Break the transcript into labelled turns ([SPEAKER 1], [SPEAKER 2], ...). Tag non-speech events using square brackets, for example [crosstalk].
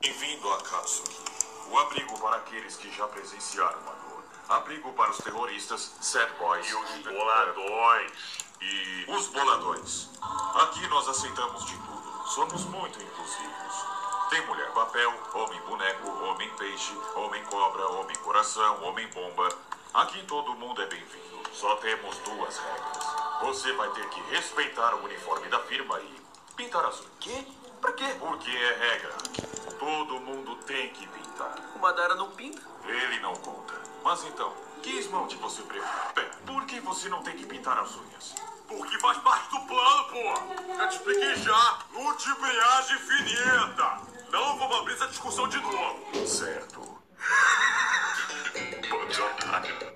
[SPEAKER 1] Bem-vindo a Katsuki, o abrigo para aqueles que já presenciaram a dor. Abrigo para os terroristas, sad boys
[SPEAKER 2] E os boladões.
[SPEAKER 1] e os boladões. Aqui nós aceitamos de tudo. Somos muito inclusivos. Tem mulher papel, homem boneco, homem peixe, homem cobra, homem coração, homem bomba. Aqui todo mundo é bem-vindo. Só temos duas regras. Você vai ter que respeitar o uniforme da firma e pintar azul.
[SPEAKER 3] Quê?
[SPEAKER 1] Pra quê? Porque é regra. Todo mundo tem que pintar.
[SPEAKER 3] O Madara não pinta?
[SPEAKER 1] Ele não conta. Mas então, que esmalte você prefere? Pera, por que você não tem que pintar as unhas?
[SPEAKER 2] Porque faz parte do plano, pô. Já te expliquei já. Multipliagem infinita. Não vamos abrir essa discussão de novo.
[SPEAKER 1] Certo. [laughs]